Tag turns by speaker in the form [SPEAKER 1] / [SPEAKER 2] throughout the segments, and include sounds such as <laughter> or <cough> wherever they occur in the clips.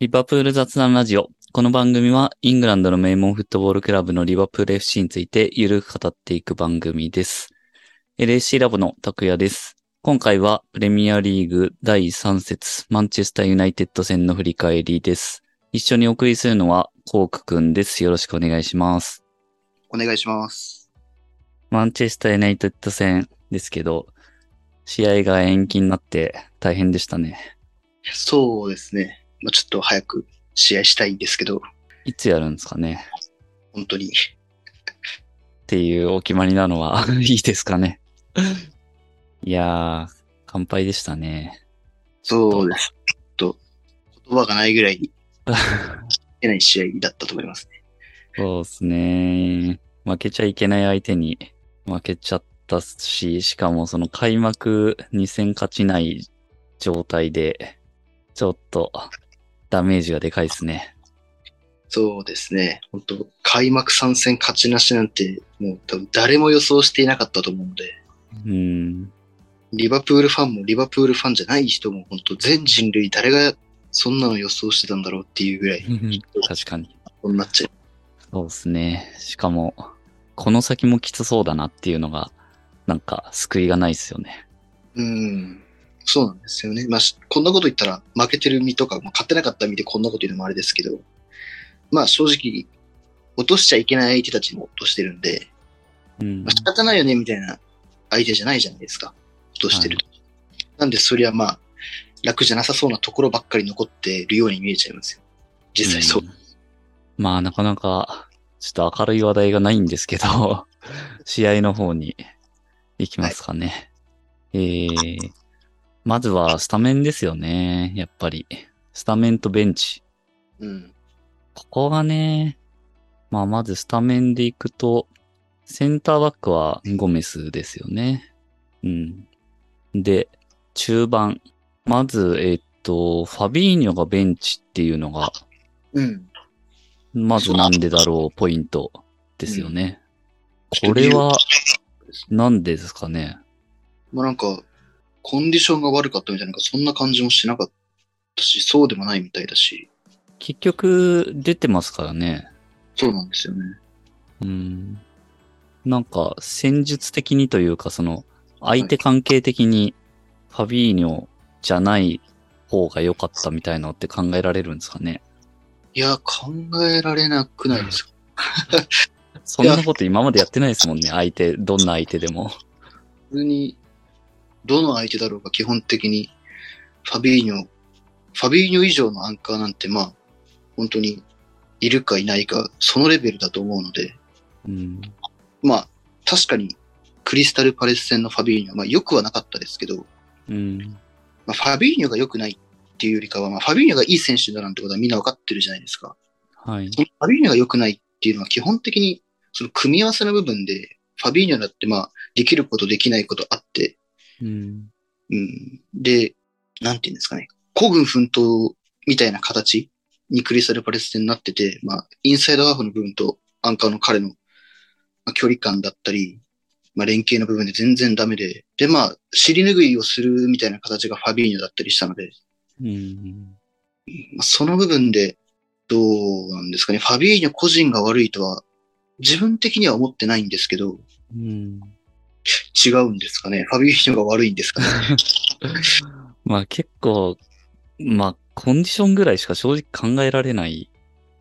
[SPEAKER 1] リバプール雑談ラジオ。この番組はイングランドの名門フットボールクラブのリバプール FC についてゆるく語っていく番組です。LSC ラボの拓也です。今回はプレミアリーグ第3節マンチェスターユナイテッド戦の振り返りです。一緒にお送りするのはコークくんです。よろしくお願いします。
[SPEAKER 2] お願いします。
[SPEAKER 1] マンチェスターユナイテッド戦ですけど、試合が延期になって大変でしたね。
[SPEAKER 2] そうですね。まあ、ちょっと早く試合したいんですけど、
[SPEAKER 1] いつやるんですかね
[SPEAKER 2] 本当に。
[SPEAKER 1] っていうお決まりなのは <laughs> いいですかね。いやー、乾杯でしたね。
[SPEAKER 2] そうです。ちょっと、言葉がないぐらいに、
[SPEAKER 1] そう
[SPEAKER 2] 出ない試合だったと思いますね。
[SPEAKER 1] ですね。負けちゃいけない相手に負けちゃったし、しかもその開幕2戦勝ちない状態で、ちょっとダメージがでかいですね。
[SPEAKER 2] そうですね。本当開幕3戦勝ちなしなんて、もう多分誰も予想していなかったと思うので、
[SPEAKER 1] うん。
[SPEAKER 2] リバプールファンもリバプールファンじゃない人も、本当全人類誰がそんなの予想してたんだろうっていうぐらい、
[SPEAKER 1] 確かに。
[SPEAKER 2] そうなっちゃう。
[SPEAKER 1] そうですね。しかも、この先もきつそうだなっていうのが、なんか救いがないですよね。
[SPEAKER 2] うん。そうなんですよね。まあ、しこんなこと言ったら、負けてる身とか、まあ、勝ってなかった身でこんなこと言うのもあれですけど、まあ正直、落としちゃいけない相手たちも落としてるんで、
[SPEAKER 1] うん
[SPEAKER 2] まあ、仕方ないよね、みたいな相手じゃないじゃないですか。落としてると。なんで、そりゃまあ、楽じゃなさそうなところばっかり残ってるように見えちゃいますよ。実際そう。
[SPEAKER 1] んまあ、なかなか、ちょっと明るい話題がないんですけど、 <laughs> 試合の方に行きますかね。えー、まずはスタメンですよね、やっぱり。スタメンとベンチ。
[SPEAKER 2] うん。
[SPEAKER 1] ここがね、まあ、まずスタメンで行くと、センターバックはゴメスですよね。うん。で、中盤。まず、えっと、ファビーニョがベンチっていうのが、
[SPEAKER 2] うん。
[SPEAKER 1] まずなんでだろうポイントですよね。これはなんでですかね。
[SPEAKER 2] まあなんか、コンディションが悪かったみたいな、なんかそんな感じもしなかったし、そうでもないみたいだし、
[SPEAKER 1] 結局出てますからね。
[SPEAKER 2] そうなんですよね。
[SPEAKER 1] うん。なんか戦術的にというかその相手関係的にファビーニョじゃない方が良かったみたいなのって考えられるんですかね。
[SPEAKER 2] いや、考えられなくないですか。
[SPEAKER 1] そんなこと今までやってないですもんね。相手、どんな相手でも。
[SPEAKER 2] 普通に、どの相手だろうか、基本的に、ファビーニョ、ファビーニョ以上のアンカーなんて、まあ、本当に、いるかいないか、そのレベルだと思うので、
[SPEAKER 1] うん。
[SPEAKER 2] まあ、確かに、クリスタルパレス戦のファビーニョは、まあ、良くはなかったですけど、
[SPEAKER 1] うん。
[SPEAKER 2] まあ、ファビーニョが良くないっていうよりかは、まあ、ファビーニョがいい選手だなんてことはみんなわかってるじゃないですか。
[SPEAKER 1] はい。
[SPEAKER 2] そのファビーニョが良くないっていうのは基本的にその組み合わせの部分で、ファビーニョだってまあできることできないことあって、
[SPEAKER 1] うん。
[SPEAKER 2] うん。で、なんていうんですかね、孤軍奮闘みたいな形にクリスタルパレス戦になってて、まあインサイドハーフの部分とアンカーの彼のまあ距離感だったり、まあ連携の部分で全然ダメで、でまあ尻拭いをするみたいな形がファビーニョだったりしたので、
[SPEAKER 1] うん。
[SPEAKER 2] まあその部分で、どうなんですかね。ファビーニョ個人が悪いとは、自分的には思ってないんですけど、
[SPEAKER 1] うん。
[SPEAKER 2] 違うんですかね。ファビーニョが悪いんですかね。 <laughs>
[SPEAKER 1] まあ結構、まあコンディションぐらいしか正直考えられない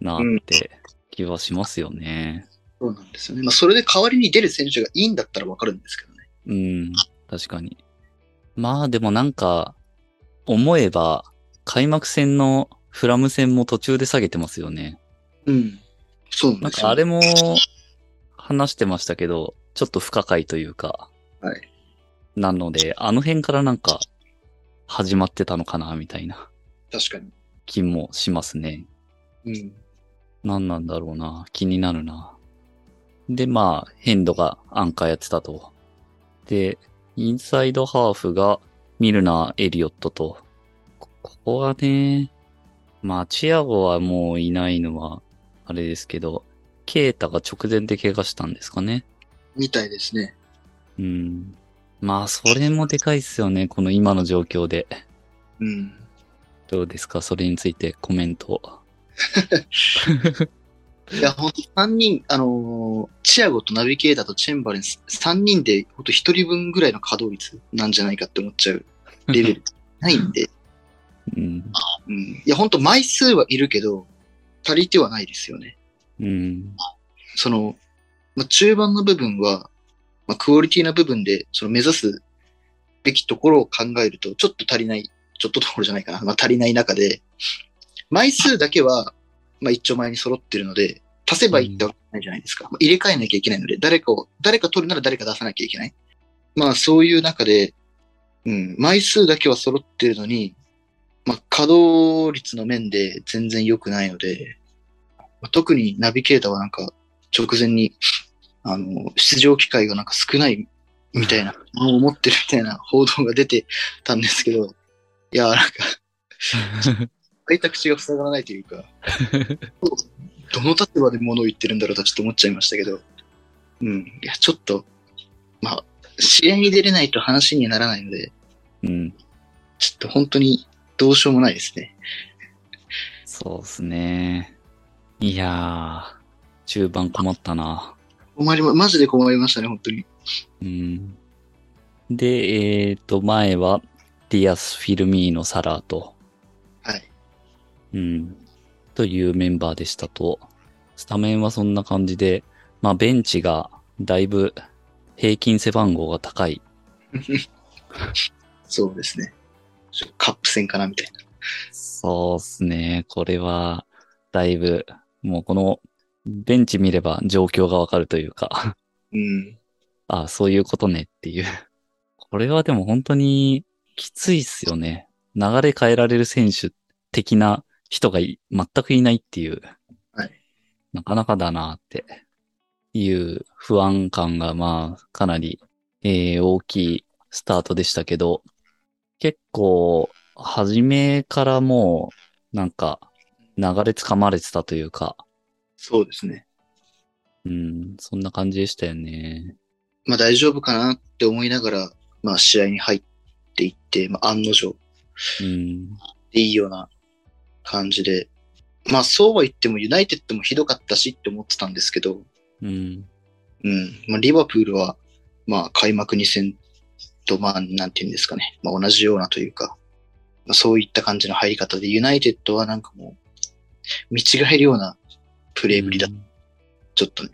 [SPEAKER 1] なって気はしますよね。
[SPEAKER 2] そうなんですよね。まあ、それで代わりに出る選手がいいんだったらわかるんですけどね。
[SPEAKER 1] うん、確かに。まあでもなんか、思えば開幕戦のフラム戦も途中で下げてますよね。
[SPEAKER 2] うん。そうなん
[SPEAKER 1] なん
[SPEAKER 2] です
[SPEAKER 1] か
[SPEAKER 2] よ
[SPEAKER 1] あ
[SPEAKER 2] ね、
[SPEAKER 1] れも話してましたけど、ちょっと不可解というか。
[SPEAKER 2] はい
[SPEAKER 1] なので、あの辺からなんか始まってたのかなみたいな
[SPEAKER 2] 確か
[SPEAKER 1] 気もしますね。
[SPEAKER 2] に。うん。
[SPEAKER 1] 何なんだろうな。気になるな。で、まあ、ヘンドがアンカーやってたと。で、インサイドハーフがミルナー、エリオットと。こここはね、まあ、チアゴはもういないのは、あれですけど、ケータが直前で怪我したんですかね。
[SPEAKER 2] みたいですね。
[SPEAKER 1] うん。まあ、それもでかいっすよね、この今の状況で。
[SPEAKER 2] うん。
[SPEAKER 1] どうですかそれについてコメント。
[SPEAKER 2] いや、ほんと3人、あのーチアゴとナビゲーターとチェンバレンス、3人で、ほんと1人分ぐらいの稼働率なんじゃないかって思っちゃうレベルないんで、
[SPEAKER 1] うん。
[SPEAKER 2] うん。いや、ほんと枚数はいるけど、足りてはないですよね。
[SPEAKER 1] うん。 <laughs>
[SPEAKER 2] その、まあ、中盤の部分は、まあ、クオリティな部分で、その目指すべきところを考えると、ちょっと足りない、ちょっとどころじゃないかな、まあ、足りない中で、枚数だけは、まあ、一丁前に揃ってるので、足せばいいってわけじゃないじゃないですか。まあ入れ替えなきゃいけないので、誰かを、誰か取るなら誰か出さなきゃいけない。まあ、そういう中で、うん、枚数だけは揃ってるのに、まあ、稼働率の面で全然良くないので、まあ特にナビゲーターはなんか、直前に、あの、出場機会がなんか少ないみたいな、もう思ってるみたいな報道が出てたんですけど、いや、なんか、開いた口が塞がらないというか、どの立場で物を言ってるんだろうとちょっと思っちゃいましたけど、うん、いや、ちょっと、まあ、試合に出れないと話にならないので、
[SPEAKER 1] うん。
[SPEAKER 2] ちょっと本当にどうしようもないですね。
[SPEAKER 1] そうですね。いやー、中盤困ったな。
[SPEAKER 2] 困りま、マジで困りましたね、本当に。
[SPEAKER 1] うん。で、えっ、と、前は、ディアス・フィルミーノ・サラーと、
[SPEAKER 2] はい。
[SPEAKER 1] うん。というメンバーでしたと、スタメンはそんな感じで、まあベンチがだいぶ平均背番号が高い。
[SPEAKER 2] そうですね。ちょっとカップ戦かな、みたいな。
[SPEAKER 1] そうっすね。これは、だいぶ、もうこの、ベンチ見れば状況がわかるというか、
[SPEAKER 2] うん。
[SPEAKER 1] ああ、そういうことねっていう。 <laughs> これはでも本当にきついっすよね。流れ変えられる選手的な人がい全くいないっていう。
[SPEAKER 2] はい
[SPEAKER 1] なかなかだなっていう不安感がまあかなり、えー大きいスタートでしたけど、結構初めからもうなんか流れつかまれてたというか、
[SPEAKER 2] そうですね。
[SPEAKER 1] うん、そんな感じでしたよね。
[SPEAKER 2] まあ大丈夫かなって思いながら、まあ試合に入っていって、まあ案の定
[SPEAKER 1] うん、
[SPEAKER 2] でいいような感じで、まあそうは言ってもユナイテッドもひどかったしって思ってたんですけど、
[SPEAKER 1] うん。
[SPEAKER 2] うん、まあリバプールは、まあ開幕2戦と、まあなんていうんですかね、まあ同じようなというか、まあ、そういった感じの入り方で、ユナイテッドはなんかもう、見違えるようなプレーぶりだ、
[SPEAKER 1] うん
[SPEAKER 2] ちょっとね、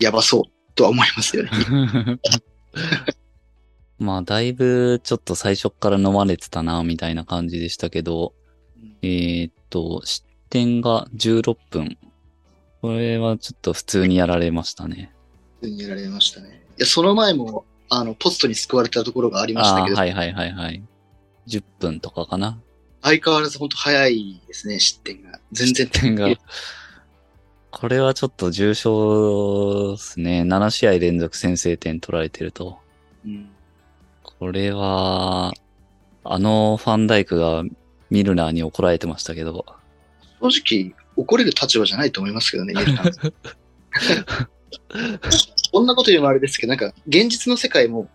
[SPEAKER 2] やばそうとは思います
[SPEAKER 1] <laughs>
[SPEAKER 2] よね。
[SPEAKER 1] まあ、だいぶ、ちょっと最初っから飲まれてたな、みたいな感じでしたけど、えーっと、失点が16分。これはちょっと普通にやられましたね。
[SPEAKER 2] 普通にやられましたね。いや、その前も、あの、ポストに救われたところがありました
[SPEAKER 1] あ
[SPEAKER 2] け
[SPEAKER 1] あ、
[SPEAKER 2] ど、
[SPEAKER 1] はいはいはいはい。10分とかかな。
[SPEAKER 2] 相変わらず本当早いですね、失点が。全然
[SPEAKER 1] 失点が
[SPEAKER 2] いや。
[SPEAKER 1] これはちょっと重症ですね。7試合連続先制点取られてると。
[SPEAKER 2] うん
[SPEAKER 1] これは、あのファンダイクがミルナーに怒られてましたけど。
[SPEAKER 2] 正直、怒れる立場じゃないと思いますけ
[SPEAKER 1] <laughs>
[SPEAKER 2] どね、ミルさんこんなこと言うのもあれですけど、なんか、現実の世界も、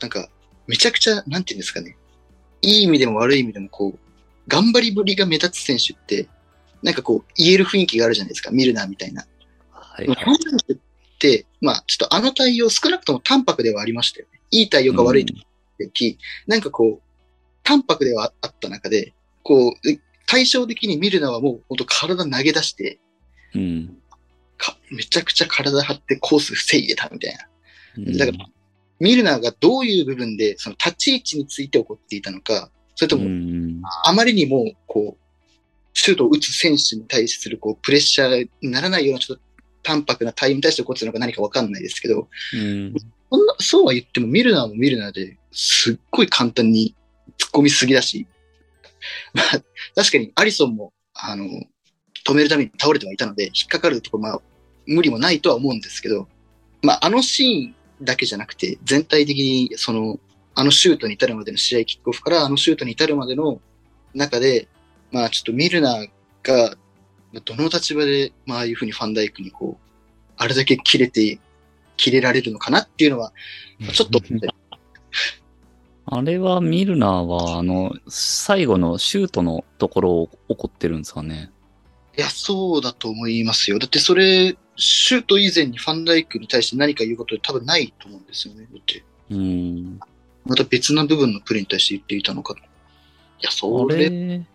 [SPEAKER 2] なんか、めちゃくちゃ、なんていうんですかね、いい意味でも悪い意味でも、こう、頑張りぶりが目立つ選手って、なんかこう、言える雰囲気があるじゃないですか、ミルナーみたいな。
[SPEAKER 1] はい
[SPEAKER 2] でも。この選手って、まあ、ちょっとあの対応、少なくとも淡白ではありましたよね。いい対応か悪いとってき、なんかこう、淡白ではあった中で、こう、え対照的に見るのはもう、本当体投げ出して、
[SPEAKER 1] うん。
[SPEAKER 2] かめちゃくちゃ体張ってコース防いでたみたいな。
[SPEAKER 1] うん。
[SPEAKER 2] だからミルナーがどういう部分で、その立ち位置について怒っていたのか、それと
[SPEAKER 1] う
[SPEAKER 2] も、
[SPEAKER 1] ん。
[SPEAKER 2] あまりにも、こう、シュートを打つ選手に対する、こう、プレッシャーにならないような、ちょっと淡白な対応に対して怒ってたのか何かわかんないですけど、
[SPEAKER 1] うん。
[SPEAKER 2] そんな、そうは言っても、ミルナーもミルナーで、すっごい簡単に突っ込みすぎだし、まあ、確かにアリソンも、あの、止めるために倒れてはいたので、引っかかるところ、まあ、無理もないとは思うんですけど、まあ、あのシーンだけじゃなくて、全体的に、その、あのシュートに至るまでの試合キックオフから、あのシュートに至るまでの中で、まあ、ちょっとミルナーが、どの立場で、まあ、ああいうふうにファンダイクにこう、あれだけ切れて、切れられるのかなっていうのは、ちょっと思ったり
[SPEAKER 1] あれはミルナーは、あの、最後のシュートのところを怒ってるんですかね。
[SPEAKER 2] いや、そうだと思いますよ。だってそれ、シュート以前にファンダイクに対して何か言うこと多分ないと思うんですよね。だって、
[SPEAKER 1] うん。
[SPEAKER 2] また別な部分のプレーに対して言っていたのかと。いや、そ
[SPEAKER 1] あ
[SPEAKER 2] れ、
[SPEAKER 1] れ、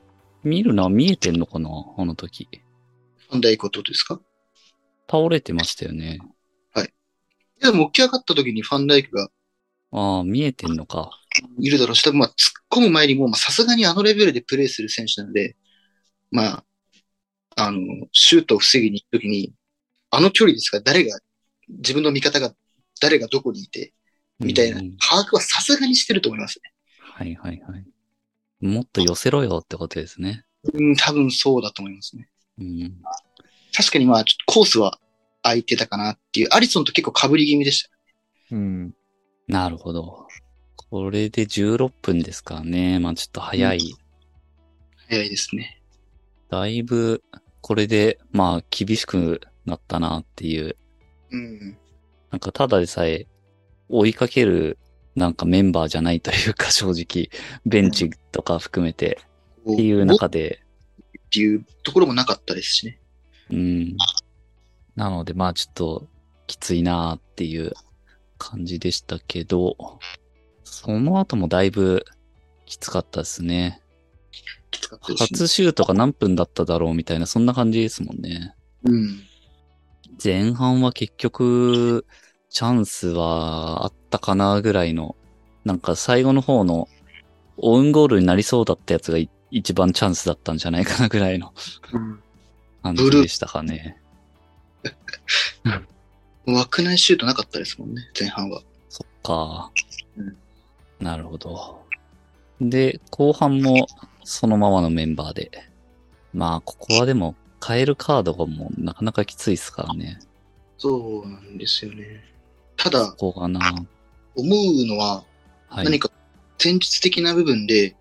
[SPEAKER 1] ミルナー見えてんのかなあの時。
[SPEAKER 2] ファンダイクはどうですか
[SPEAKER 1] 倒れてましたよね。
[SPEAKER 2] いや、でも起き上がった時にファンダイクが
[SPEAKER 1] ああ、見えてんのか。
[SPEAKER 2] いるだろうし、多分まあ突っ込む前にもうまあさすがにあのレベルでプレーする選手なので、まあ、あの、シュートを防ぎに行くときに、あの距離ですから誰が、自分の味方が誰がどこにいて、みたいな
[SPEAKER 1] うんうん、
[SPEAKER 2] 把握はさすがにしてると思いますね。
[SPEAKER 1] はいはいはい。もっと寄せろよってことですね。
[SPEAKER 2] うん、多分そうだと思いますね。
[SPEAKER 1] うん。
[SPEAKER 2] 確かにまあ、ちょっとコースは空いてたかなっていう、アリソンと結構被り気味でした。
[SPEAKER 3] うん。
[SPEAKER 1] なるほど。これで16分ですからね。まあちょっと早い。
[SPEAKER 2] 早いですね。
[SPEAKER 1] だいぶ、これで、まあ厳しくなったなっていう。
[SPEAKER 2] うん。
[SPEAKER 1] なんかただでさえ追いかけるなんかメンバーじゃないというか正直、ベンチとか含めて
[SPEAKER 2] こ
[SPEAKER 1] っていう中で、
[SPEAKER 2] っていうところもなかったですしね。
[SPEAKER 1] うん。なのでまあちょっときついなっていう感じでしたけど、その後もだいぶきつかったですね。
[SPEAKER 2] きつかったですね。
[SPEAKER 1] 初シュートが何分だっただろうみたいな、そんな感じですもんね。
[SPEAKER 2] うん。
[SPEAKER 1] 前半は結局、チャンスはあったかなぐらいの、なんか最後の方の、オウンゴールになりそうだったやつがい一番チャンスだったんじゃないかなぐらいの <laughs> 感じでしたかね。
[SPEAKER 2] 枠内シュートなかったですもんね、前半は。
[SPEAKER 1] そっか
[SPEAKER 2] うん。
[SPEAKER 1] なるほど。で、後半もそのままのメンバーで。まあ、ここはでも変えるカードがもうなかなかきついですからね。
[SPEAKER 2] そうなんですよね。た
[SPEAKER 1] そ
[SPEAKER 2] だ、
[SPEAKER 1] こかな。
[SPEAKER 2] 思うのは、
[SPEAKER 1] はい。
[SPEAKER 2] 何か戦術的な部分で、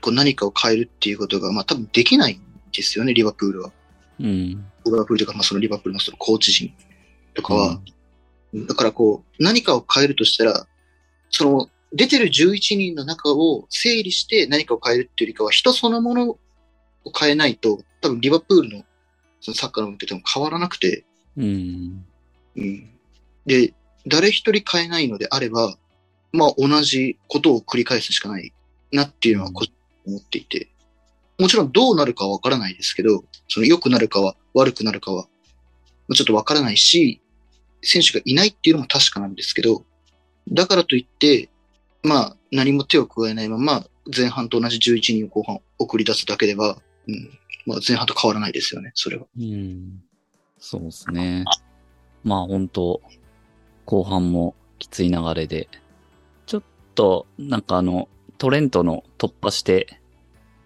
[SPEAKER 2] こう何かを変えるっていうことが、まあ多分できないんですよね、リバプールは。
[SPEAKER 1] うん。
[SPEAKER 2] リバプールというか、まあそのリバプールのそのコーチ陣とかは、だからこう、何かを変えるとしたら、その、出てる11人の中を整理して何かを変えるっていうよりかは、人そのものを変えないと、多分リバプールのそのサッカーの向けても変わらなくて、
[SPEAKER 1] うん。
[SPEAKER 2] うんで、誰一人変えないのであれば、まあ同じことを繰り返すしかないなっていうのはこ思っていて、もちろんどうなるかはわからないですけど、その良くなるかは悪くなるかは、まあちょっとわからないし、選手がいないっていうのも確かなんですけど、だからといって、まあ何も手を加えないまま前半と同じ11人を後半送り出すだけでは、うん、まあ前半と変わらないですよね、それは。
[SPEAKER 1] うん。そうですね。まあ本当後半もきつい流れで、ちょっと、なんかあの、トレントの突破して、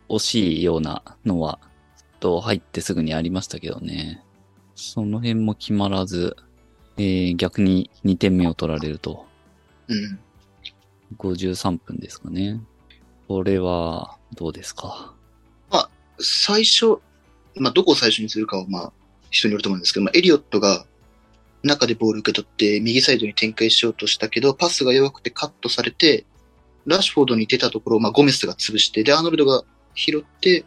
[SPEAKER 1] 惜しいようなのは、ちょっと入ってすぐにありましたけどね。その辺も決まらず、えー、逆に2点目を取られると、
[SPEAKER 2] うん。
[SPEAKER 1] 53分ですかね。これは、どうですか
[SPEAKER 2] 最初、まあ、どこを最初にするかは、まあ、人によると思うんですけど、まあ、エリオットが中でボール受け取って、右サイドに展開しようとしたけど、パスが弱くてカットされて、ラッシュフォードに出たところを、まあ、ゴメスが潰して、で、アーノルドが拾って、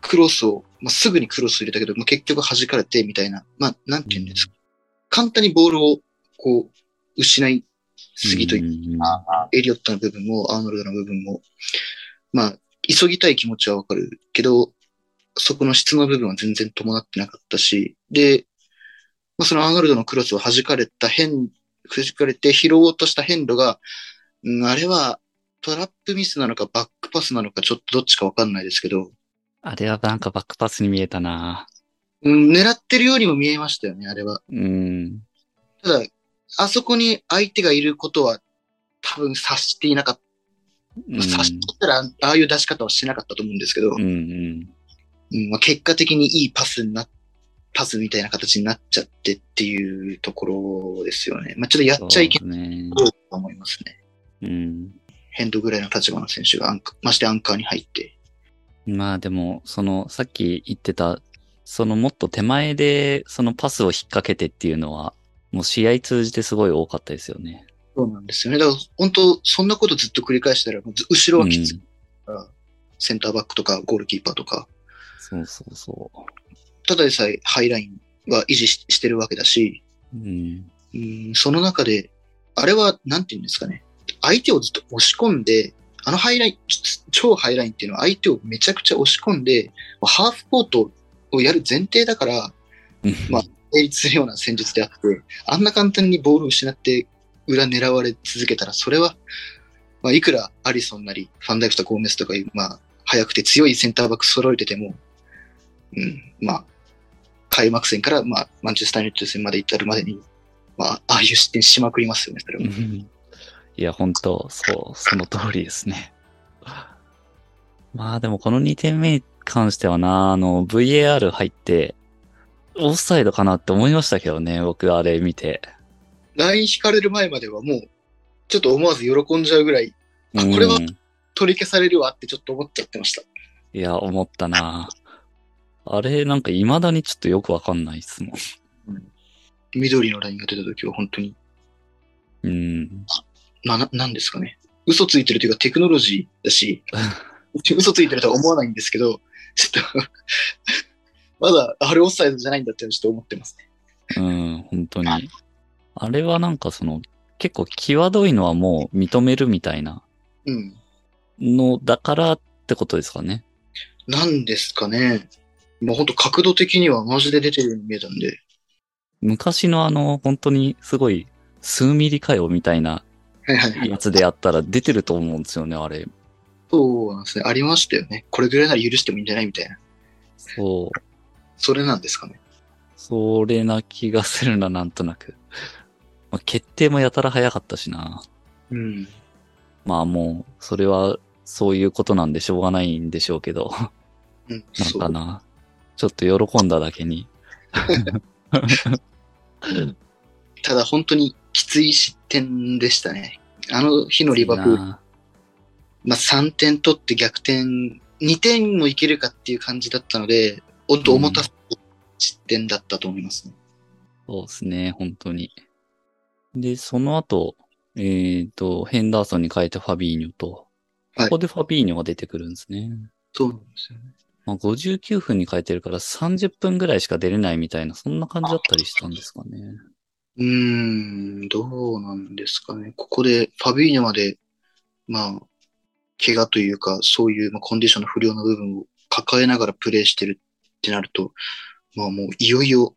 [SPEAKER 2] クロスを、まあ、すぐにクロス入れたけど、まあ、結局弾かれて、みたいな、まあ、なんていうんですか。簡単にボールを、こう、失いすぎという
[SPEAKER 1] うん
[SPEAKER 2] エリオットの部分も、アーノルドの部分も、まあ、急ぎたい気持ちはわかるけど、そこの質の部分は全然伴ってなかったし、で、まあ、そのアーノルドのクロスを弾かれた変、弾かれて拾おうとした変路が、うんあれはトラップミスなのかバックパスなのかちょっとどっちかわかんないですけど、
[SPEAKER 1] あれはなんかバックパスに見えたな
[SPEAKER 2] うん狙ってるようにも見えましたよね、あれは。
[SPEAKER 1] うん。
[SPEAKER 2] ただ、あそこに相手がいることは多分察していなかった。
[SPEAKER 1] うん
[SPEAKER 2] 察したら、ああいう出し方はしなかったと思うんですけど、
[SPEAKER 1] うんうん。
[SPEAKER 2] うんまあ、結果的にいいパスにな、パスみたいな形になっちゃってっていうところですよね。まあ、ちょっとやっちゃいけ
[SPEAKER 1] そうですね。
[SPEAKER 2] ないと思いますね。
[SPEAKER 1] うん。
[SPEAKER 2] ヘンドぐらいの立場の選手がアンカーましてアンカーに入って。
[SPEAKER 1] まあでも、その、さっき言ってた、そのもっと手前で、そのパスを引っ掛けてっていうのは、もう試合通じてすごい多かったですよね。
[SPEAKER 2] そうなんですよね。だから本当、そんなことずっと繰り返したら、ず後ろはき
[SPEAKER 1] う
[SPEAKER 2] つい
[SPEAKER 1] ん
[SPEAKER 2] から、センターバックとかゴールキーパーとか、
[SPEAKER 1] そうそうそ
[SPEAKER 2] ただでさえハイラインは維持ししてるわけだし、
[SPEAKER 1] う。うん。
[SPEAKER 2] うんその中で、あれは、なんていうんですかね。相手をずっと押し込んで、あのハイライン、ち超ハイラインっていうのは相手をめちゃくちゃ押し込んで、ハーフコートをやる前提だから、まあ成立するような戦術であって、あんな簡単にボールを失って裏狙われ続けたら、それは、まあ、いくらアリソンなり、ファンダイクとかゴーメスとかいう、まあ、速くて強いセンターバック揃えてても、うん、まあ、開幕戦から、まあ、マンチェスター・ユナイテッド戦まで至るまでに、まあ、ああいう失点しまくりますよね、それは。
[SPEAKER 1] うんいや、本当そう、その通りですね。まあでもこの2点目に関してはな、あの、VAR 入って、オフサイドかなって思いましたけどね、僕あれ見て。
[SPEAKER 2] ライン引かれる前まではもう、ちょっと思わず喜んじゃうぐらい、あこれは
[SPEAKER 1] うん
[SPEAKER 2] 取り消されるわってちょっと思っちゃってました。
[SPEAKER 1] いや、思ったな。あれ、なんか未だにちょっとよくわかんないっすもん。
[SPEAKER 2] 緑のラインが出た時は本当に、
[SPEAKER 1] うん。
[SPEAKER 2] まあ、ななんですかね。嘘ついてるというかテクノロジーだ <laughs> し、嘘ついてるとは思わないんですけど、ちょっと、 <laughs> まだあれオフサイドじゃないんだってちょっと思ってますね。
[SPEAKER 1] うん、本当に。あれはなんかその、結構際どいのはもう認めるみたいな
[SPEAKER 2] うん。
[SPEAKER 1] のだからってことですかね。
[SPEAKER 2] なんですかね。まあ本当角度的にはマジで出てるように見えたんで。
[SPEAKER 1] 昔のあの、本当にすごい数ミリかよみたいな
[SPEAKER 2] はいはいはい。
[SPEAKER 1] やつでやったら出てると思うんですよね、あれ。
[SPEAKER 2] そうなんですね。ありましたよね。これぐらいなら許してもいいんじゃないみたいな。
[SPEAKER 1] そう。
[SPEAKER 2] それなんですかね。
[SPEAKER 1] それな気がするな、なんとなく。まあ決定もやたら早かったしな。
[SPEAKER 2] うん。
[SPEAKER 1] まあもう、それは、そういうことなんでしょうがないんでしょうけど、
[SPEAKER 2] うん。
[SPEAKER 1] なん
[SPEAKER 2] そ
[SPEAKER 1] か
[SPEAKER 2] う。
[SPEAKER 1] な。ちょっと喜んだだけに。
[SPEAKER 2] ただ本当にきつい失点でしたね。あの日のリバプール
[SPEAKER 1] な
[SPEAKER 2] まあ、3点取って逆転、2点もいけるかっていう感じだったので、おっと重たそう失点だったと思いますね。
[SPEAKER 1] そうですね、本当に。で、その後、えっ、と、ヘンダーソンに変えてファビーニョと、
[SPEAKER 2] はい
[SPEAKER 1] ここでファビーニョが出てくるんですね。
[SPEAKER 2] そうなんですよね。
[SPEAKER 1] まあ、59分に変えてるから30分ぐらいしか出れないみたいな、そんな感じだったりしたんですかね。
[SPEAKER 2] うーん、どうなんですかね。ここでファビーニョまで、まあ、怪我というか、そういうまあコンディションの不良の部分を抱えながらプレーしてるってなると、まあもういよいよ、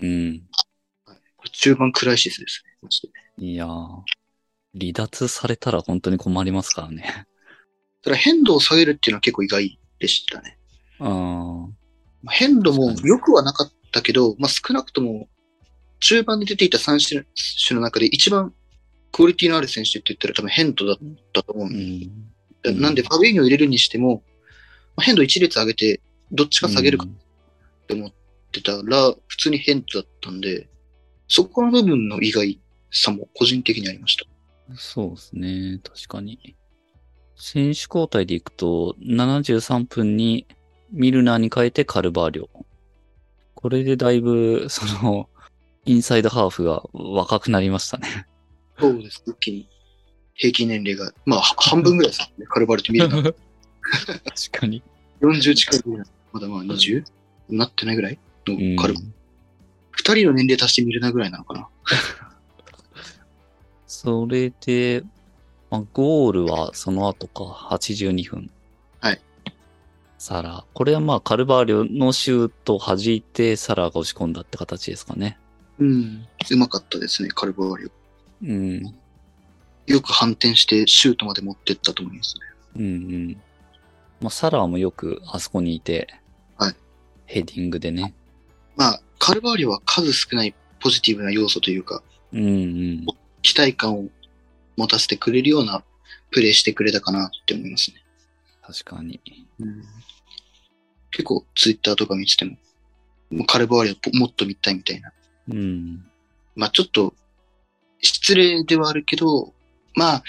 [SPEAKER 1] うん。
[SPEAKER 2] 中盤クライシスですね。マジで
[SPEAKER 1] いやー、離脱されたら本当に困りますからね。 <laughs>
[SPEAKER 2] ただ変動を下げるっていうのは結構意外でしたね。
[SPEAKER 1] あー
[SPEAKER 2] まあ変度も
[SPEAKER 1] 確かに
[SPEAKER 2] 良くはなかったけど、まあ、少なくとも中盤で出ていた3種の中で一番クオリティのある選手って言ったら多分変度だったと思う
[SPEAKER 1] うんん。
[SPEAKER 2] で、
[SPEAKER 1] うん
[SPEAKER 2] なんでファビーニョを入れるにしても、まあ、変度一列上げてどっちか下げるか
[SPEAKER 1] う
[SPEAKER 2] っ
[SPEAKER 1] ん
[SPEAKER 2] て思ってたら普通に変度だったんで、そこの部分の意外さも個人的にありました。
[SPEAKER 1] そうですね、確かに。選手交代でいくと、73分にミルナーに変えてカルバーリョ。これでだいぶ、その、インサイドハーフが若くなりましたね。
[SPEAKER 2] そうです。一気に平均年齢が、まあは半分ぐらいですね。カルバル
[SPEAKER 1] <laughs>
[SPEAKER 2] ト見るな。
[SPEAKER 1] 確かに。
[SPEAKER 2] 40近いぐらい。まだまあ 20? なってないぐらいの
[SPEAKER 1] うん
[SPEAKER 2] カルバルト二人の年齢足してみるなぐらいなのかな。
[SPEAKER 1] それで、まあ、ゴールはその後か、82分。
[SPEAKER 2] はい。
[SPEAKER 1] サラ。これはまあ、カルバーリョのシュートを弾いて、サラが押し込んだって形ですかね。
[SPEAKER 2] うん。うまかったですね、カルバーリを。
[SPEAKER 1] うん。
[SPEAKER 2] よく反転してシュートまで持ってったと思いますね。
[SPEAKER 1] うんうん。まあ、サラーもよくあそこにいて、
[SPEAKER 2] はい。
[SPEAKER 1] ヘディングでね。
[SPEAKER 2] まあ、カルバーリは数少ないポジティブな要素というか、
[SPEAKER 1] うんうん。
[SPEAKER 2] 期待感を持たせてくれるようなプレーしてくれたかなって思いますね。
[SPEAKER 1] 確かに。
[SPEAKER 2] 結構ツイッターとか見てても、もうカルバーリをもっと見たいみたいな。
[SPEAKER 1] うん。
[SPEAKER 2] まあちょっと、失礼ではあるけど、まあ、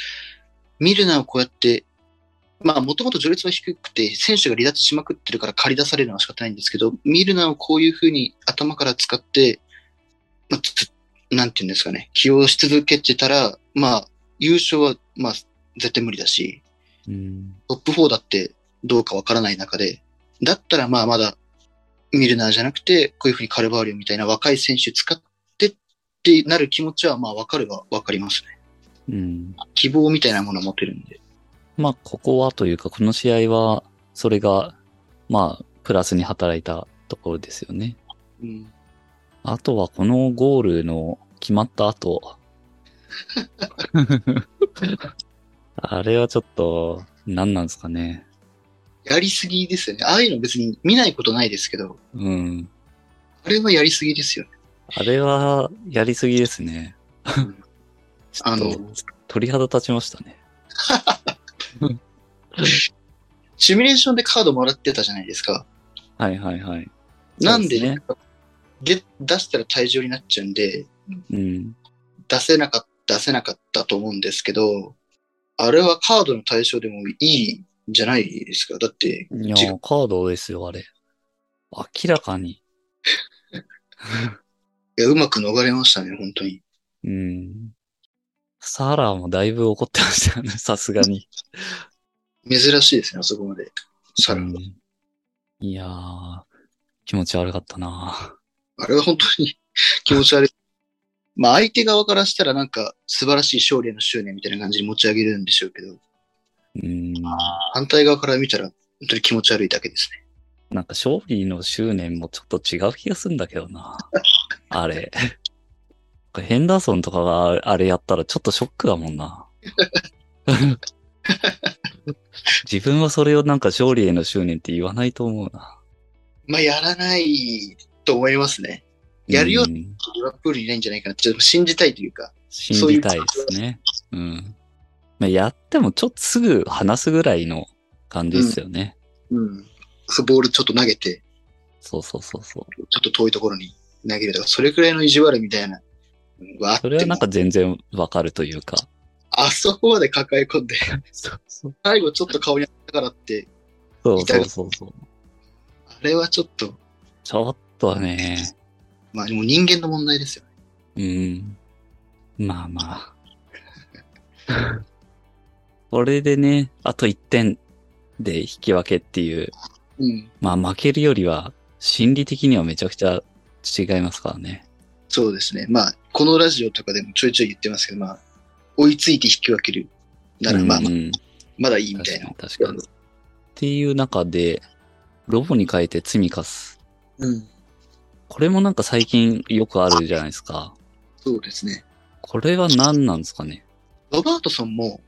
[SPEAKER 2] ミルナをこうやって、まあもともと序列は低くて、選手が離脱しまくってるから借り出されるのは仕方ないんですけど、ミルナをこういうふうに頭から使って、まあ、つなんていうんですかね、起用し続けてたら、まあ、優勝は、まあ、絶対無理だし、
[SPEAKER 1] うん。
[SPEAKER 2] トップ4だってどうかわからない中で、だったらまあまだミルナーじゃなくて、こういうふうにカルバーリョみたいな若い選手使ってってなる気持ちはまあわかるはわかりますね。
[SPEAKER 1] うん。
[SPEAKER 2] 希望みたいなものを持ってるんで。
[SPEAKER 1] まあ、ここはというか、この試合は、それが、まあ、プラスに働いたところですよね。
[SPEAKER 2] うん、
[SPEAKER 1] あとは、このゴールの決まった
[SPEAKER 2] <laughs>
[SPEAKER 1] 後。あれはちょっと、何なんですかね。
[SPEAKER 2] やりすぎですよね。ああいうの別に見ないことないですけど、
[SPEAKER 1] うん。
[SPEAKER 2] あれはやりすぎですよね。
[SPEAKER 1] あれは、やりすぎですね。ちょ
[SPEAKER 2] あ
[SPEAKER 1] っ
[SPEAKER 2] の
[SPEAKER 1] と、鳥肌立ちましたね。
[SPEAKER 2] シミュレーションでカードもらってたじゃないですか。
[SPEAKER 1] はいはいはい。
[SPEAKER 2] なんで
[SPEAKER 1] そう
[SPEAKER 2] ね
[SPEAKER 1] で
[SPEAKER 2] で出したら退場になっちゃうんで、
[SPEAKER 1] うん。
[SPEAKER 2] 出せなかった、出せなかったと思うんですけど、あれはカードの対象でもいいんじゃないですか。だって、
[SPEAKER 1] いや
[SPEAKER 2] 違
[SPEAKER 1] ー、カードですよ、あれ。明らかに。
[SPEAKER 2] いやうまく逃れましたね、本当に。
[SPEAKER 1] うん。サラもだいぶ怒ってましたよね、 <laughs> さすがに。
[SPEAKER 2] 珍しいですね、あそこまで。サラ
[SPEAKER 1] う
[SPEAKER 2] が
[SPEAKER 1] んいやー、気持ち悪かったな
[SPEAKER 2] あれは本当に <laughs> 気持ち悪い。まあ相手側からしたらなんか素晴らしい勝利への執念みたいな感じに持ち上げるんでしょうけど、
[SPEAKER 1] うん。
[SPEAKER 2] 反対側から見たら本当に気持ち悪いだけですね。
[SPEAKER 1] なんか勝利の執念もちょっと違う気がするんだけどな <laughs> あれ。ヘンダーソンとかがあれやったらちょっとショックだもん <laughs> な。自分はそれをなんか勝利への執念って言わないと思うな。
[SPEAKER 2] まあやらないと思いますね。やるよ
[SPEAKER 1] うん
[SPEAKER 2] リバプールにいないんじゃないかなって、ちょっと信じたいというか。
[SPEAKER 1] 信じたいですね。うん。まあ、やってもちょっとすぐ話すぐらいの感じですよね。
[SPEAKER 2] うん。そうボールちょっと投げて、
[SPEAKER 1] そうそうそうそう。
[SPEAKER 2] ちょっと遠いところに投げるとか、それくらいの意地悪みたいな、うんはあっ
[SPEAKER 1] それは
[SPEAKER 2] て
[SPEAKER 1] な
[SPEAKER 2] も
[SPEAKER 1] んか全然わかるというか。
[SPEAKER 2] あそこまで抱え込んで、 <laughs>
[SPEAKER 1] そうそう
[SPEAKER 2] 最後ちょっと顔にあったからって、
[SPEAKER 1] そうそうそうそう。
[SPEAKER 2] あれはちょっと、
[SPEAKER 1] ちょっとね、
[SPEAKER 2] まあもう人間の問題ですよね。
[SPEAKER 1] うん。まあまあ。
[SPEAKER 2] <laughs>
[SPEAKER 1] これでね、あと1点で引き分けっていう。
[SPEAKER 2] うん。
[SPEAKER 1] まあ負けるよりは心理的にはめちゃくちゃ違いますからね。
[SPEAKER 2] そうですね。まあ、このラジオとかでもちょいちょい言ってますけど、まあ、追いついて引き分けるなら、まあ
[SPEAKER 1] う、ん
[SPEAKER 2] まだいいみ
[SPEAKER 1] 確
[SPEAKER 2] たい
[SPEAKER 1] か
[SPEAKER 2] な
[SPEAKER 1] に。確かに。っていう中で、ロボに変えて罪ミカス。
[SPEAKER 2] うん。
[SPEAKER 1] これもなんか最近よくあるじゃないですか。
[SPEAKER 2] そうですね。
[SPEAKER 1] これは何なんですかね。
[SPEAKER 2] ロバートソンも、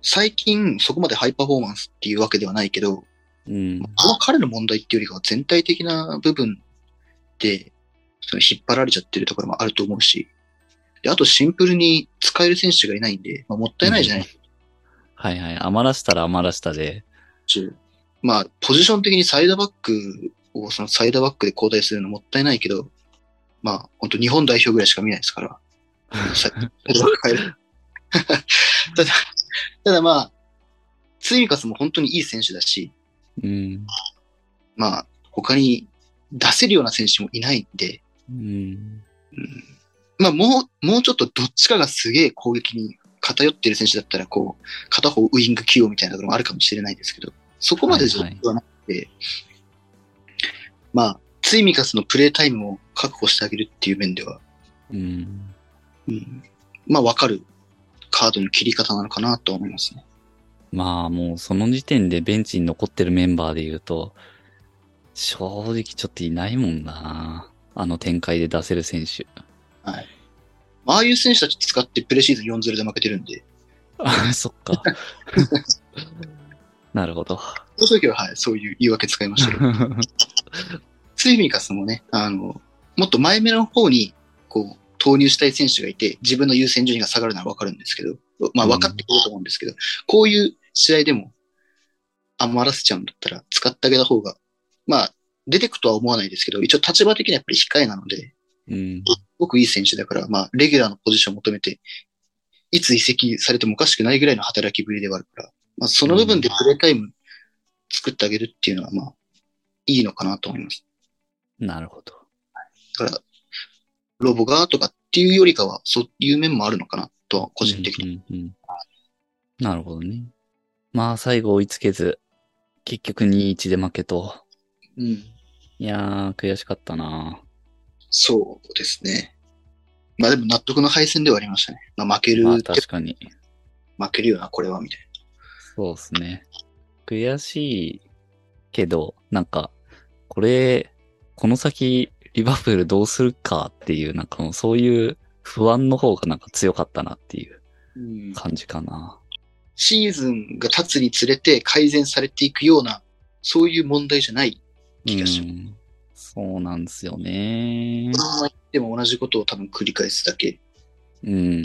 [SPEAKER 2] 最近そこまでハイパフォーマンスっていうわけではないけど、
[SPEAKER 1] うん。
[SPEAKER 2] あの彼の問題っていうよりかは全体的な部分で、その引っ張られちゃってるところもあると思うし、であとシンプルに使える選手がいないんで、まあ、もったいないじゃない
[SPEAKER 1] はいはい。余らしたら余らしたで。
[SPEAKER 2] 中まあ、ポジション的にサイドバックをそのサイドバックで交代するのもったいないけど、まあ、本当日本代表ぐらいしか見ないですから。サイドバック変える <laughs> ただ、ただまあ、ツイミカスも本当にいい選手だし、
[SPEAKER 1] うん。
[SPEAKER 2] まあ、他に出せるような選手もいないんで、
[SPEAKER 1] うん。
[SPEAKER 2] うんまあ、もう、もうちょっとどっちかがすげえ攻撃に偏ってる選手だったら、こう、片方ウイング起用みたいなところもあるかもしれないですけど、そこまでじゃ
[SPEAKER 1] はいはい
[SPEAKER 2] なくて、まあ、ツイミカスのプレータイムを確保してあげるっていう面では、
[SPEAKER 1] うん。
[SPEAKER 2] うん、まあ、わかるカードの切り方なのかなと思いますね。
[SPEAKER 1] まあもうその時点でベンチに残ってるメンバーで言うと、正直ちょっといないもんな。あの展開で出せる選手。 <laughs>
[SPEAKER 2] ああいう選手たち使ってプレシーズン4-0で負けてるんで、
[SPEAKER 1] あ、そっか。 <laughs> なるほど。
[SPEAKER 2] そういう時は、はい、そういう言い訳使いましたけどツイミカスもね、あの、もっと前目の方に、こう、投入したい選手がいて、自分の優先順位が下がるのはわかるんですけど、まあ
[SPEAKER 1] うん
[SPEAKER 2] 分かってくると思うんですけど、こういう試合でも余らせちゃうんだったら使ってあげた方が、まあ、出てくとは思わないですけど、一応立場的にはやっぱり控えなので、す
[SPEAKER 1] <laughs> うん。
[SPEAKER 2] ごくいい選手だから、まあ、レギュラーのポジションを求めて、いつ移籍されてもおかしくないぐらいの働きぶりではあるから、まあ、その部分でプレータイム作ってあげるっていうのは、まあ、いいのかなと思います。
[SPEAKER 1] なるほど。
[SPEAKER 2] だから、ロボがとかっっていうよりかは、そういう面もあるのかなとは、個人的に。
[SPEAKER 1] に。うんうんなるほどね。まあ、最後追いつけず、結局2-1で負けと。
[SPEAKER 2] うん。
[SPEAKER 1] いやー、悔しかったな
[SPEAKER 2] そうですね。まあでも納得の敗戦ではありましたね。まあ負ける、
[SPEAKER 1] まあ、確かに。
[SPEAKER 2] 負けるよな、これは、みたい
[SPEAKER 1] そうですね。悔しいけど、なんか、これ、この先、リバプールどうするかっていう、なんかもうそういう不安の方がなんか強かったなっていう
[SPEAKER 2] な。
[SPEAKER 1] 感じかな。
[SPEAKER 2] シーズンが経つにつれて改善されていくような、そういう問題じゃない気がします。
[SPEAKER 1] うんそうなんですよね
[SPEAKER 2] こ。のまま行っても同じことを多分繰り返すだけ
[SPEAKER 1] うん。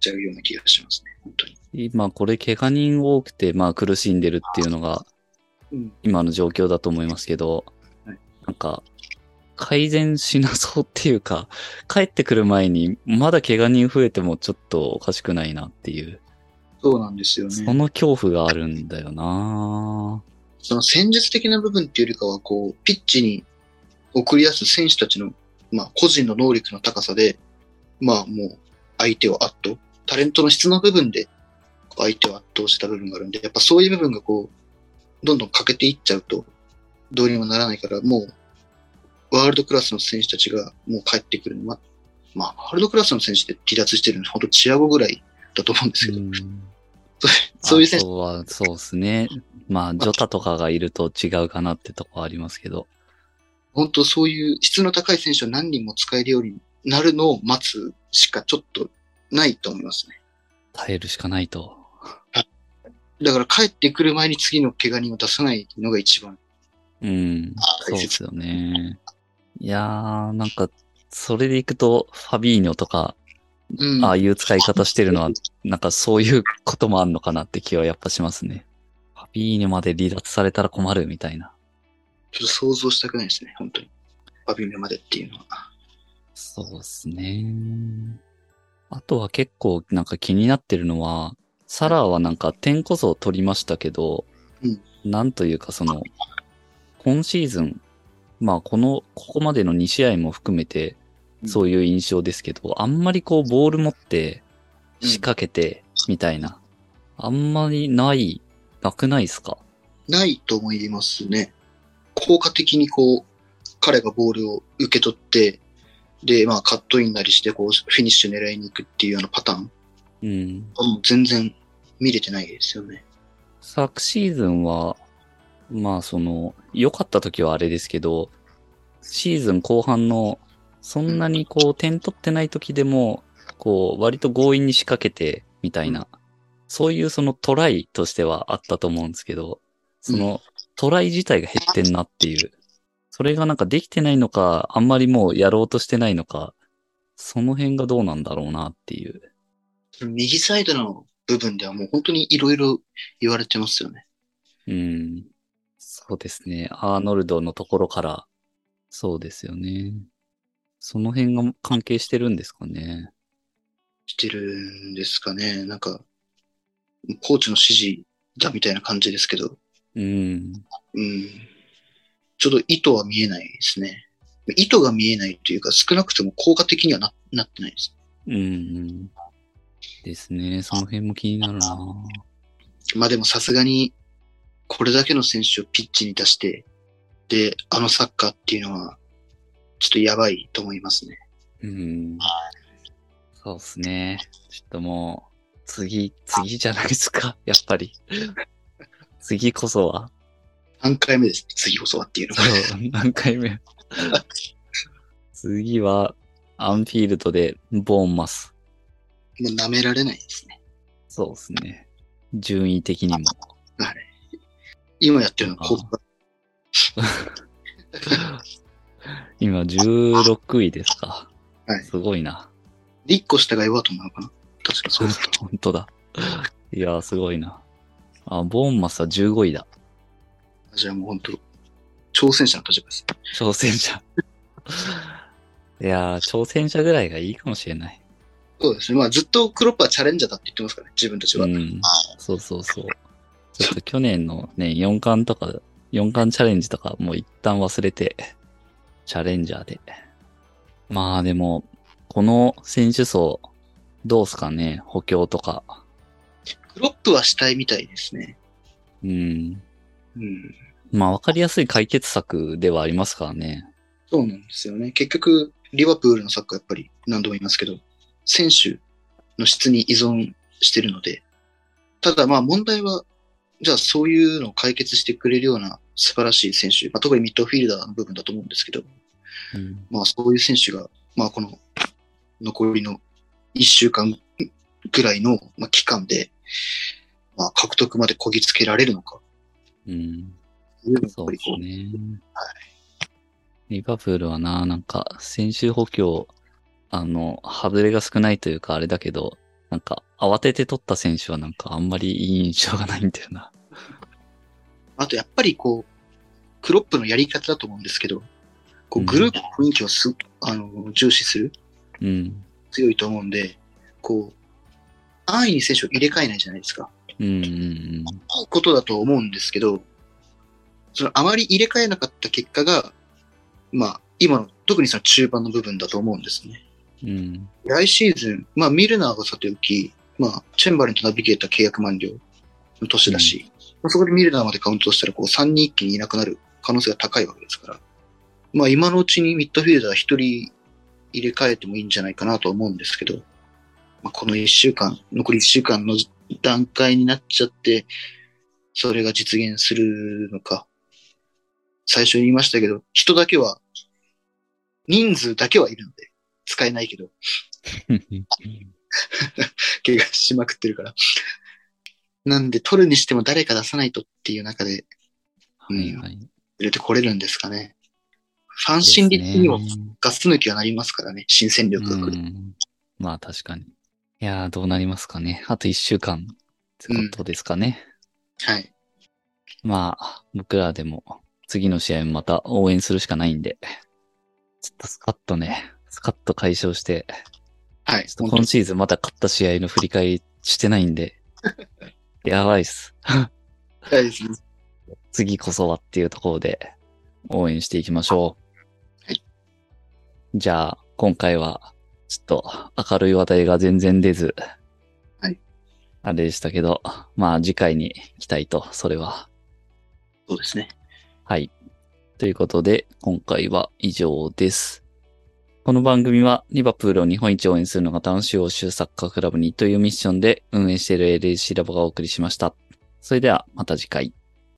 [SPEAKER 2] ちゃうような気がしますね、本当に。
[SPEAKER 1] 今これ怪我人多くて、まあ苦しんでるっていうのが
[SPEAKER 2] うん、
[SPEAKER 1] 今の状況だと思いますけど
[SPEAKER 2] はい、
[SPEAKER 1] なんか改善しなそうっていうか、帰ってくる前にまだ怪我人増えてもちょっとおかしくないなっていう、
[SPEAKER 2] そうなんですよ
[SPEAKER 1] そ
[SPEAKER 2] ね。
[SPEAKER 1] の恐怖があるんだよな
[SPEAKER 2] その戦術的な部分っていうよりかは、こう、ピッチに送り出す選手たちの、まあ、個人の能力の高さで、まあ、もう、相手を圧倒、タレントの質の部分で、相手を圧倒した部分があるんで、やっぱそういう部分がこう、どんどん欠けていっちゃうと、どうにもならないから、もう、ワールドクラスの選手たちがもう帰ってくるまあ、まあ、ワールドクラスの選手って離脱してるの、ほんとチアゴぐらいだと思うんですけど、
[SPEAKER 1] うん
[SPEAKER 2] <laughs> そういう選
[SPEAKER 1] あ
[SPEAKER 2] 手、
[SPEAKER 1] とは、そうですね。まあ、ジョタとかがいると違うかなってとこはありますけど。
[SPEAKER 2] 本当そういう質の高い選手を何人も使えるようになるのを待つしかちょっとないと思いますね。
[SPEAKER 1] 耐えるしかないと。
[SPEAKER 2] だから帰ってくる前に次の怪我人を出さないのが一番。
[SPEAKER 1] うん。そう
[SPEAKER 2] 大
[SPEAKER 1] で
[SPEAKER 2] 切
[SPEAKER 1] すよね。いやー、なんか、それでいくと、ファビーニョとか、
[SPEAKER 2] うん。
[SPEAKER 1] ああいう使い方してるのは、なんかそういうこともあんのかなって気はやっぱしますね。ファビーニョまで離脱されたら困るみたいな。
[SPEAKER 2] ちょっと想像したくないですね、本当に。バビンまでっていうのは。
[SPEAKER 1] そうですね。あとは結構なんか気になってるのは、サラーはなんか点こそ取りましたけど、
[SPEAKER 2] うん
[SPEAKER 1] なんというかその、今シーズン、まあこの、ここまでの2試合も含めて、
[SPEAKER 2] うん
[SPEAKER 1] そういう印象ですけど、あんまりこうボール持って、
[SPEAKER 2] うん
[SPEAKER 1] 仕掛けて、みたいな、あんまりない、なくないですか
[SPEAKER 2] ないと思いますね。効果的にこう、彼がボールを受け取って、で、まあカットインなりして、こう、フィニッシュ狙いに行くっていうようなパターン。
[SPEAKER 1] うん。
[SPEAKER 2] もう全然見れてないですよね。
[SPEAKER 1] 昨シーズンは、まあその、良かった時はあれですけど、シーズン後半の、そんなにこう点取ってない時でも、こう割と強引に仕掛けて、みたいな、そういうそのトライとしてはあったと思うんですけど、そのトライ自体が減ってんなっていう、それがなんかできてないのか、あんまりもうやろうとしてないのか、その辺がどうなんだろうなっていう。
[SPEAKER 2] 右サイドの部分ではもう本当にいろいろ言われてますよね。
[SPEAKER 1] うん。そうですね。アーノルドのところから、そうですよね。その辺が関係してるんですかね。
[SPEAKER 2] してるんですかね。なんか、コーチの指示だみたいな感じですけど、
[SPEAKER 1] うん。
[SPEAKER 2] うん。ちょっと意図は見えないですね。意図が見えないというか、少なくとも効果的にはななってないです。
[SPEAKER 1] うんうん。ですね。その辺も気になるな
[SPEAKER 2] まあでもさすがに、これだけの選手をピッチに出して、で、あのサッカーっていうのは、ちょっとやばいと思いますね。
[SPEAKER 1] うん。そうですね。ちょっともう、次、次じゃないですか。やっぱり。次こそは。
[SPEAKER 2] 3回目です。次こそはっていうのが。
[SPEAKER 1] そう、何回目。次は、アンフィールドで、ボーンマス。
[SPEAKER 2] もう舐められないですね。
[SPEAKER 1] そうですね。順位的にも。
[SPEAKER 2] 今やってるのはここ
[SPEAKER 1] 今16位ですか。
[SPEAKER 2] はい
[SPEAKER 1] すごいな。 <laughs>
[SPEAKER 2] で1個下がエバートンなのかな確かそうだ。
[SPEAKER 1] 本当だ。いやー、すごいな。あ、ボーンマスは15位だ。
[SPEAKER 2] じゃあもう本当挑戦者の立場です。
[SPEAKER 1] 挑戦者。いやー、挑戦者ぐらいがいいかもしれない。
[SPEAKER 2] そうですね。まあずっとクロップはチャレンジャーだって言ってますからね、自分たちは。
[SPEAKER 1] うん。そうそうそう。ちょっと去年のね、4冠とか、4冠チャレンジとか、もう一旦忘れて、チャレンジャーで。まあでも、この選手層、どうすかね補強とか。
[SPEAKER 2] クロップはしたいみたいですね。
[SPEAKER 1] うん。
[SPEAKER 2] うん。
[SPEAKER 1] まあ、わかりやすい解決策ではありますからね。
[SPEAKER 2] そうなんですよね。結局、リバプールのサッカーやっぱり何度も言いますけど、選手の質に依存してるので、ただまあ問題は、じゃあそういうのを解決してくれるような素晴らしい選手、まあ、特にミッドフィルダーの部分だと思うんですけど、
[SPEAKER 1] うん。
[SPEAKER 2] まあそういう選手が、まあこの残りの1週間ぐらいのまあ期間で、まあ獲得までこぎつけられるのか、
[SPEAKER 1] うん。
[SPEAKER 2] というのがや
[SPEAKER 1] そ
[SPEAKER 2] っ
[SPEAKER 1] う
[SPEAKER 2] ぱ
[SPEAKER 1] で
[SPEAKER 2] り
[SPEAKER 1] す
[SPEAKER 2] こう、
[SPEAKER 1] ね。
[SPEAKER 2] は
[SPEAKER 1] リバプールはな、なんか、先週補強、あの、外れが少ないというか、あれだけど、なんか、慌てて取った選手はなんか、あんまりいい印象がないんだよな。
[SPEAKER 2] あとやっぱりこう、クロップのやり方だと思うんですけど、こうグループの雰囲気をす、あの重視する、
[SPEAKER 1] うん。
[SPEAKER 2] 強いと思うんで、こう、安易に選手を入れ替えないじゃないですか。
[SPEAKER 1] うんうん
[SPEAKER 2] いいことだと思うんですけど、そのあまり入れ替えなかった結果が、まあ、今の、特にその中盤の部分だと思うんですね。
[SPEAKER 1] うん。うん。
[SPEAKER 2] 来シーズン、まあ、ミルナーがさておき、まあ、チェンバレンとナビゲーター契約満了の年だし、まあ、そこでミルナーまでカウントしたら、こう、3人一気にいなくなる可能性が高いわけですから、まあ、今のうちにミッドフィルダー1人入れ替えてもいいんじゃないかなと思うんですけど、まあ、この1週間、残り1週間の段階になっちゃって、それが実現するのか。最初に言いましたけど、人だけは、人数だけはいるので、使えないけど、怪我しまくってるから。なんで、取るにしても誰か出さないとっていう中で
[SPEAKER 1] はいはい。
[SPEAKER 2] 入れてこれるんですかね。ファン心理的にも
[SPEAKER 1] ですね
[SPEAKER 2] ガス抜きはなりますからね、新戦力が来
[SPEAKER 1] う
[SPEAKER 2] る。
[SPEAKER 1] ん、まあ確かに。いやー、どうなりますかね。あと一週間ってことですかね。
[SPEAKER 2] はい。
[SPEAKER 1] まあ、僕らでも次の試合もまた応援するしかないんで、ちょっとスカッとね、スカッと解消して、
[SPEAKER 2] はい。
[SPEAKER 1] ちょっと
[SPEAKER 2] 本当
[SPEAKER 1] 今
[SPEAKER 2] に
[SPEAKER 1] シーズンまだ勝った試合の振り返りしてないん
[SPEAKER 2] <laughs>
[SPEAKER 1] で、やばいっす。
[SPEAKER 2] はいですね。
[SPEAKER 1] 次こそはっていうところで応援していきましょう。
[SPEAKER 2] はい。
[SPEAKER 1] じゃあ、今回は、ちょっと明るい話題が全然出ず、
[SPEAKER 2] はい。
[SPEAKER 1] あれでしたけど、まあ次回に期待と、それは。
[SPEAKER 2] そうですね。
[SPEAKER 1] はい。ということで、今回は以上です。この番組は、リバプールを日本一応援するのが楽しい欧州サッカークラブにというミッションで運営している LAC ラボがお送りしました。それでは、また次回。